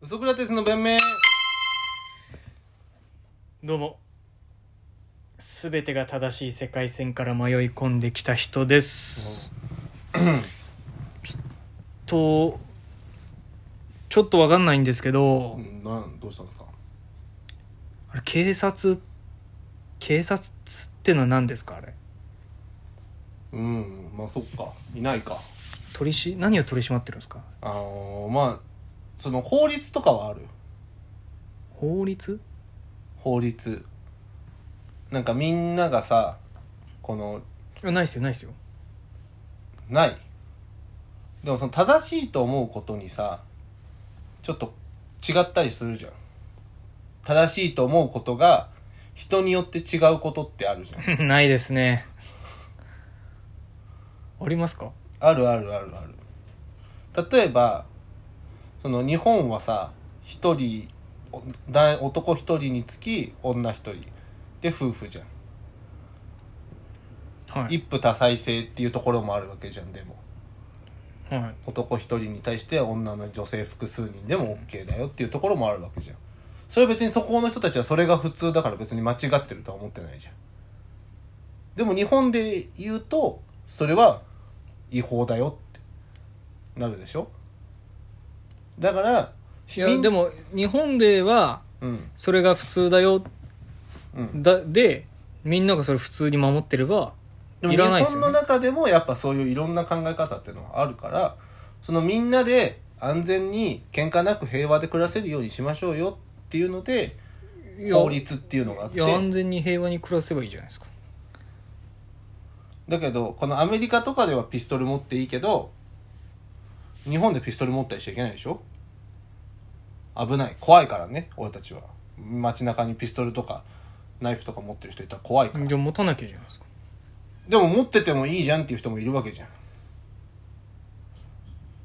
ウソクラテスの弁明どうも。すべてが正しい世界線から迷い込んできた人です。と、ちょっとわかんないんですけど、うんなんどうしたんですかあれ警察、警察ってのは何ですかあれ。うんまあそっかいないか取りし、何を取り締まってるんですかあのーまあその法律とかはある法律法律なんかみんながさこのいやないですよ、ないですよ。ないでもその正しいと思うことにさちょっと違ったりするじゃん正しいと思うことが人によって違うことってあるじゃん ないですね。ありますかあるあるあるある例えばその日本はさ一人おだ男一人につき女一人で夫婦じゃん、はい。一夫多妻制っていうところもあるわけじゃんでもはい。男一人に対して女の女性複数人でも OK だよっていうところもあるわけじゃんそれは別にそこの人たちはそれが普通だから別に間違ってるとは思ってないじゃんでも日本で言うとそれは違法だよってなるでしょだからいみや、んでも、日本では、うんそれが普通だようんだでみんながそれ普通に守ってればでもい日らないです本よのね中でもやっぱそういういろんな考え方っていうのはあるからそのみんなで安全に喧嘩なく平和で暮らせるようにしましょうよっていうのでいや法律っていうのがあっいてや安全に平和に暮らせばいいじゃないですかだけどこのアメリカとかではピストル持っていいけど日本でピストル持ったりしちゃいけないでしょ危ない怖いからね俺たちは街中にピストルとかナイフとか持ってる人いたら怖いからじゃあ持たなきゃいいじゃないですかでも持っててもいいじゃんっていう人もいるわけじゃん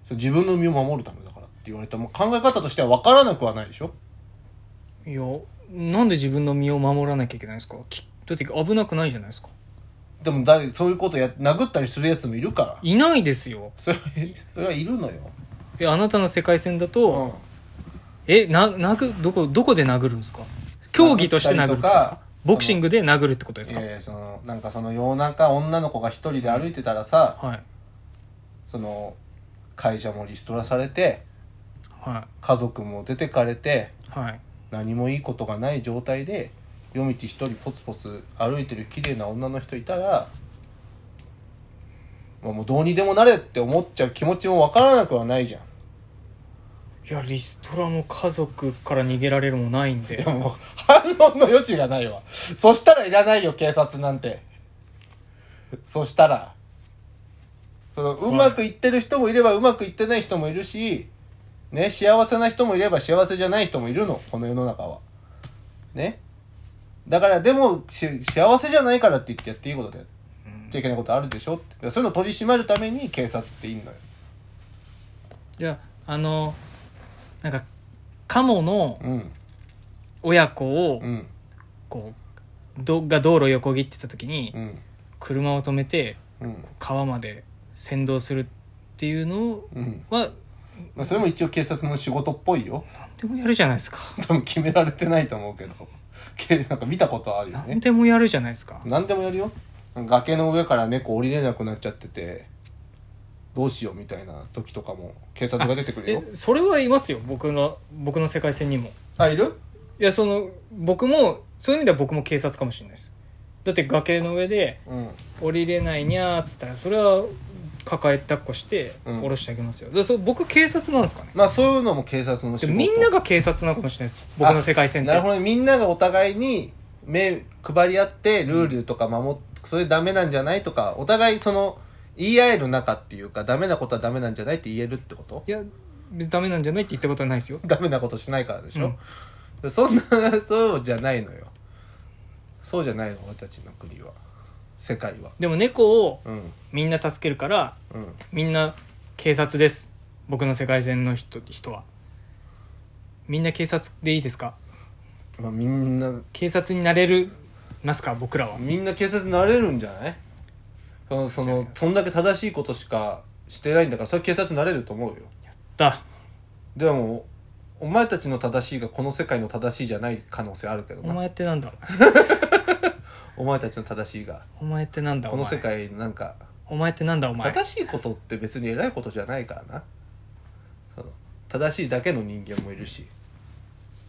それ自分の身を守るためだからって言われたらもう考え方としては分からなくはないでしょいやなんで自分の身を守らなきゃいけないんですかきだって危なくないじゃないですかでもだいそういうことや殴ったりするやつもいるからいないですよそれは それはいるのよ、えあなたの世界線だうと、んえな殴どこどこで殴るんですか競技として殴る殴ったりんですとかかボクシングで殴るってことですかいやいやそのなんかその夜中女の子が一人で歩いてたらさはいその会社もリストラされては家族も出てかれていはい何もいいことがない状態で夜道一人ポツポツ歩いてる綺麗な女の人いたらまあもうどうにでもなれって思っちゃう気持ちもわからなくはないじゃんいやリストラも家族から逃げられるもないんででも反論の余地がないわそしたらいらないよ警察なんてそしたらそのうまくいってる人もいればうまくいってない人もいるし、ね、幸せな人もいれば幸せじゃない人もいるのこの世の中はねだからでもし幸せじゃないからって言ってやっていいことでやっちゃいけないことあるでしょってだからそういうのを取り締まるために警察っていいのよじゃああのなんかカモのうん親子をうんこうどが道路横切ってた時にうん車を止めてうん川まで先導するっていうのうん、はまあ、それも一応警察の仕事っぽいよ何でもやるじゃないですか 多分決められてないと思うけど けなんか見たことあるよ何ねでもやるじゃないですか何でもやるよ崖の上から猫降りれなくなっちゃっててどうしようみたいな時とかも警察が出てくるよえそれはいますよ僕の僕の世界線にもあいるいやその僕もそういう意味では僕も警察かもしれないですだって崖の上でうん降りれないにゃーっつったらそれは抱え抱っこしてうん降ろしてあげますよ、だからそ僕警察なんですかねまあそういうのも警察の仕で事みんなが警察なのかもしれないです僕の世界線ってなるほどねみんながお互いに目配り合ってルールとか守ってそれダメなんじゃないとかお互いその言い合える仲っていうかダメなことはダメなんじゃないって言えるってこといや別にダメなんじゃないって言ったことはないですよダメなことしないからでしょ、そんな そうじゃないのよそうじゃないの俺たちの国は世界はでも猫をうんみんな助けるからうんみんな警察です僕の世界線の人人はみんな警察でいいですかまあ、みんな警察になれるますか僕らはみんな警察になれるんじゃないそのそのそんだけ正しいことしかしてないんだからそれは警察になれると思うよだでもお前たちの正しいがこの世界の正しいじゃない可能性あるけどおな前ってなんだお前たちの正しいがお前ってなんだこおの前世界のなんかお前ってなんだお前正しいことって別に偉いことじゃないからなその正しいだけの人間もいるし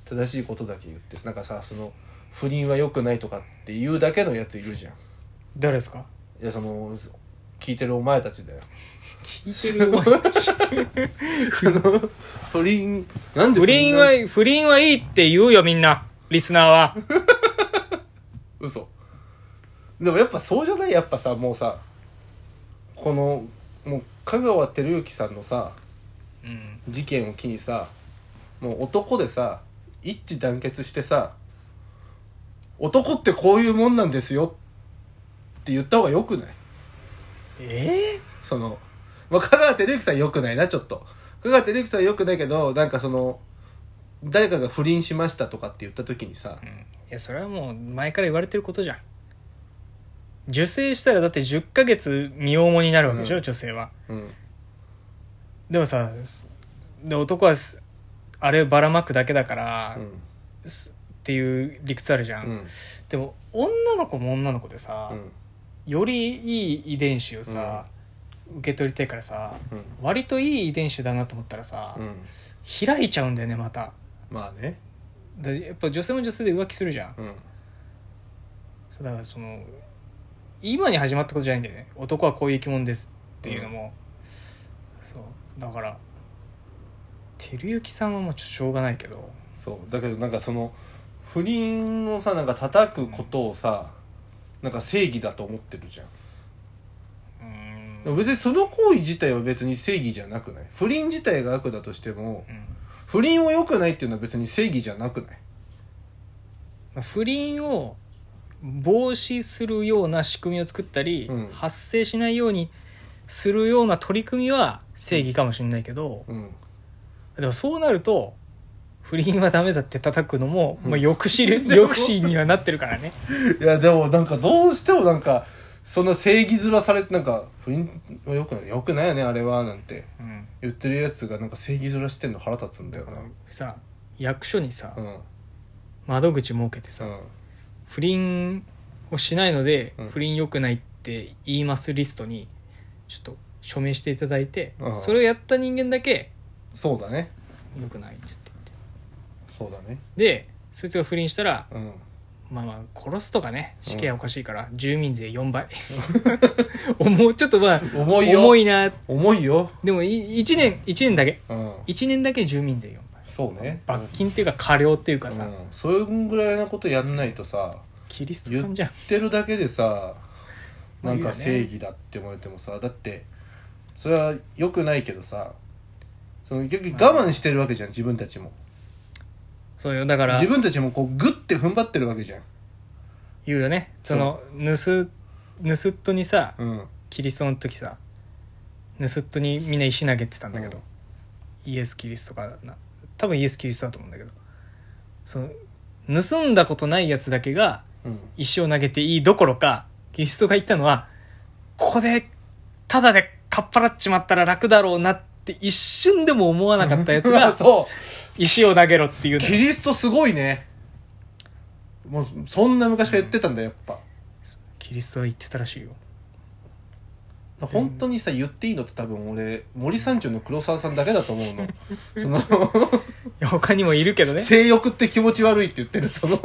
正しいことだけ言ってなんかさその不倫は良くないとかって言うだけのやついるじゃん誰ですかいやその聞いてるお前たちだ よ聞いてるお前その不倫なんで不倫は不倫はいいって言うよみんなリスナーは嘘でもやっぱそうじゃないやっぱさもうさこのもう香川照之さんのさうん事件を機にさもう男でさ一致団結してさ男ってこういうもんなんですよって言った方がよくないえその、まあ、香川照之さんよくないなちょっと香川照之さんよくないけどなんかその誰かが不倫しましたとかって言った時にさえうんいやそれはもう前から言われてることじゃん受精したらだって10ヶ月身重になるわけでしうょ、ん女性はうんでもさで男はすあれをばらまくだけだから、うんすっていう理屈あるじゃん、うんでも女の子も女の子でさ、うんよりいい遺伝子をさ、受け取りたいからさうん割といい遺伝子だなと思ったらさ、うん開いちゃうんだよねまたまあねだやっぱ女性も女性で浮気するじゃんうんだからその今に始まったことじゃないんだよね男はこういう生き物ですっていうのも、そうだから照之さんはもうちょっとしょうがないけどそうだけどなんかその不倫をさなんか叩くことをさなんか正義だと思ってるじゃんうーんでも別にその行為自体は別に正義じゃなくない不倫自体が悪だとしてもうん不倫を良くないっていうのは別に正義じゃなくないまあ不倫を防止するような仕組みを作ったり、うん発生しないようにするような取り組みは正義かもしれないけど、うんでもそうなると不倫はダメだって叩くのも、うんまあ、抑 止力抑止にはなってるからねいやでもなんかどうしてもなんかそんな正義面されてなんか不倫は良くない良くないよねあれはなんてうん言ってるやつがなんか正義面してんの腹立つんだよなさ役所にさ、うん窓口設けてうさ、ん不倫をしないので、うん不倫良くないって言いますリストにちょっと署名していただいて、うんそれをやった人間だけそうだね良くないっつって言ってそうだねでそいつが不倫したらうんまあまあ殺すとかね死刑はおかしいから、住民税4倍 もうちょっとまあ重いよ重いな重いよでもい1年一年だけうん1年だけ住民税4倍そうね罰金っていうか過料っていうかさ、うん、それぐらいのことやんないとさキリストさんじゃ言んってるだけでさなまあんか正義だって言われてもさだってそれは良くないけどさその結局我慢してるわけじゃん自分たちもそうよだから自分たちもこうグッて踏ん張ってるわけじゃん言うよねその盗盗っ人にさうんキリストの時さ盗っ人にみんな石投げてたんだけど、イエス・キリストかな多分イエス・キリストだと思うんだけどその盗んだことないやつだけがうん石を投げていいどころかキリストが言ったのはここでただでかっぱらっちまったら楽だろうなって一瞬でも思わなかったやつ がそ石を投げろっていううのキよリストすごいねもうそんな昔から言ってたんだよやっぱキリストは言ってたらしいよ本当にさ言っていいのって多分俺森三中の黒沢さんだけだと思う のそのいや他にもいるけ どね性欲って気持ち悪いって言ってるその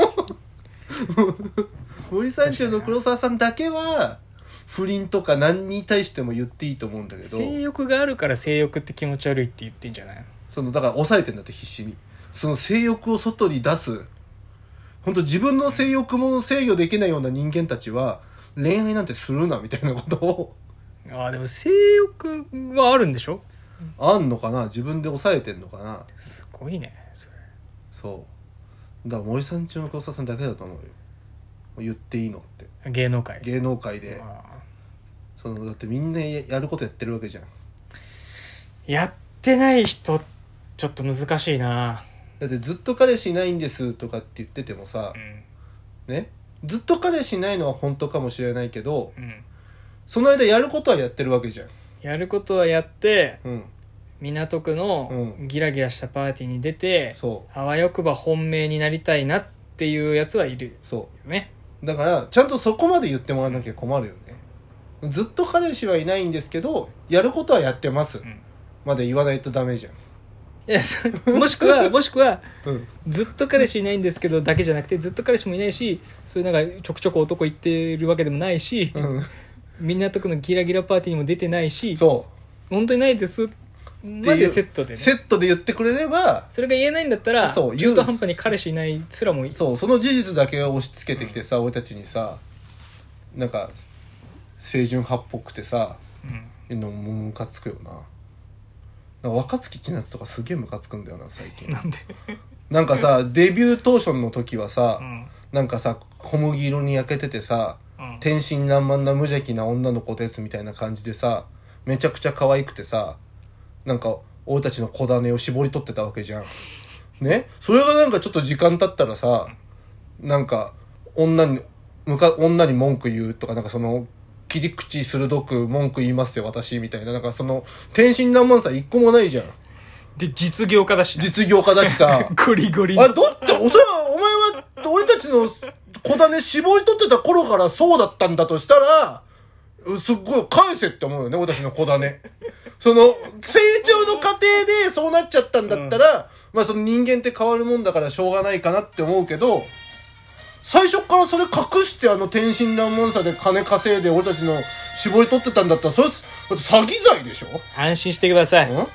森三中の黒沢さんだけは不倫とか何に対しても言っていいと思うんだけど性欲があるから性欲って気持ち悪いって言ってんじゃないそのだから抑えてんだって必死にその性欲を外に出す本当自分の性欲も制御できないような人間たちは恋愛なんてするなみたいなことをあーでも性欲はあるんでしょあんのかな自分で抑えてんのかなすごいねそれそうだから森三中の黒沢さんだけだと思うよ言っていいのって芸能界芸能界でまあそのだってみんなややることやってるわけじゃんやってない人ちょっと難しいなだってずっと彼氏いないんですとかって言っててもさう、んねずっと彼氏いないのは本当かもしれないけどうんその間やることはやってるわけじゃんやることはやってうん港区のうギラギラしたパーティーに出て、そあわよくば本命になりたいなっていうやつはいるようそねうだからちゃんとそこまで言ってもらわなきゃ困るよねずっと彼氏はいないんですけどやることはやってますうんまで言わないとダメじゃんいやそもしくはもしくはうんずっと彼氏いないんですけどだけじゃなくてずっと彼氏もいないしそういうなんかちょくちょく男行ってるわけでもないし、う港区のギラギラパーティーにも出てないしんそ本当にないですまでセットでうねセットで言ってくれればそれが言えないんだったらそう言う中途半端に彼氏いないすらもいそうその事実だけを押し付けてきてさ、俺たちにさなんか清純派っぽくてさうんいうのもムカつくよななんか若槻千夏とかすげえムカつくんだよな最近なんで、なんかさデビュー当初の時はさ、うんなんかさ小麦色に焼けててさうん天真爛漫な無邪気な女の子ですみたいな感じでさめちゃくちゃ可愛くてさなんか俺たちの小種を絞り取ってたわけじゃんねそれがなんかちょっと時間経ったらさなんか女に向か女に文句言うとかなんかその切り口鋭く文句言いますよ私みたいななんかその天真爛漫さ一個もないじゃんで実業家だし実業家だしさゴリゴリあ、どって、おそらお前は、俺たちの小種絞り取ってた頃からそうだったんだとしたら、すっごい返せって思うよね、私の小種。その、成長の過程でそうなっちゃったんだったら、まあその人間って変わるもんだからしょうがないかなって思うけど、最初からそれ隠してあの天真爛漫さで金稼いで俺たちの絞り取ってたんだったら、それ、だって詐欺罪でしょ安心してくださいん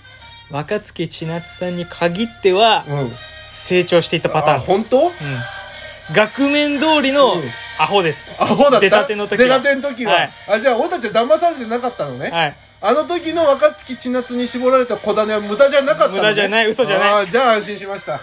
若槻千夏さんに限ってはうん。成長していったパターンあ、です本当うん額面通りのうんアホです、アホだった出たての時出はたての時は、はいあじゃあ俺たちは騙されてなかったのね、はいあの時の若槻千夏に絞られた小種は無駄じゃなかったの、ね、無駄じゃない嘘じゃないあーじゃあ安心しました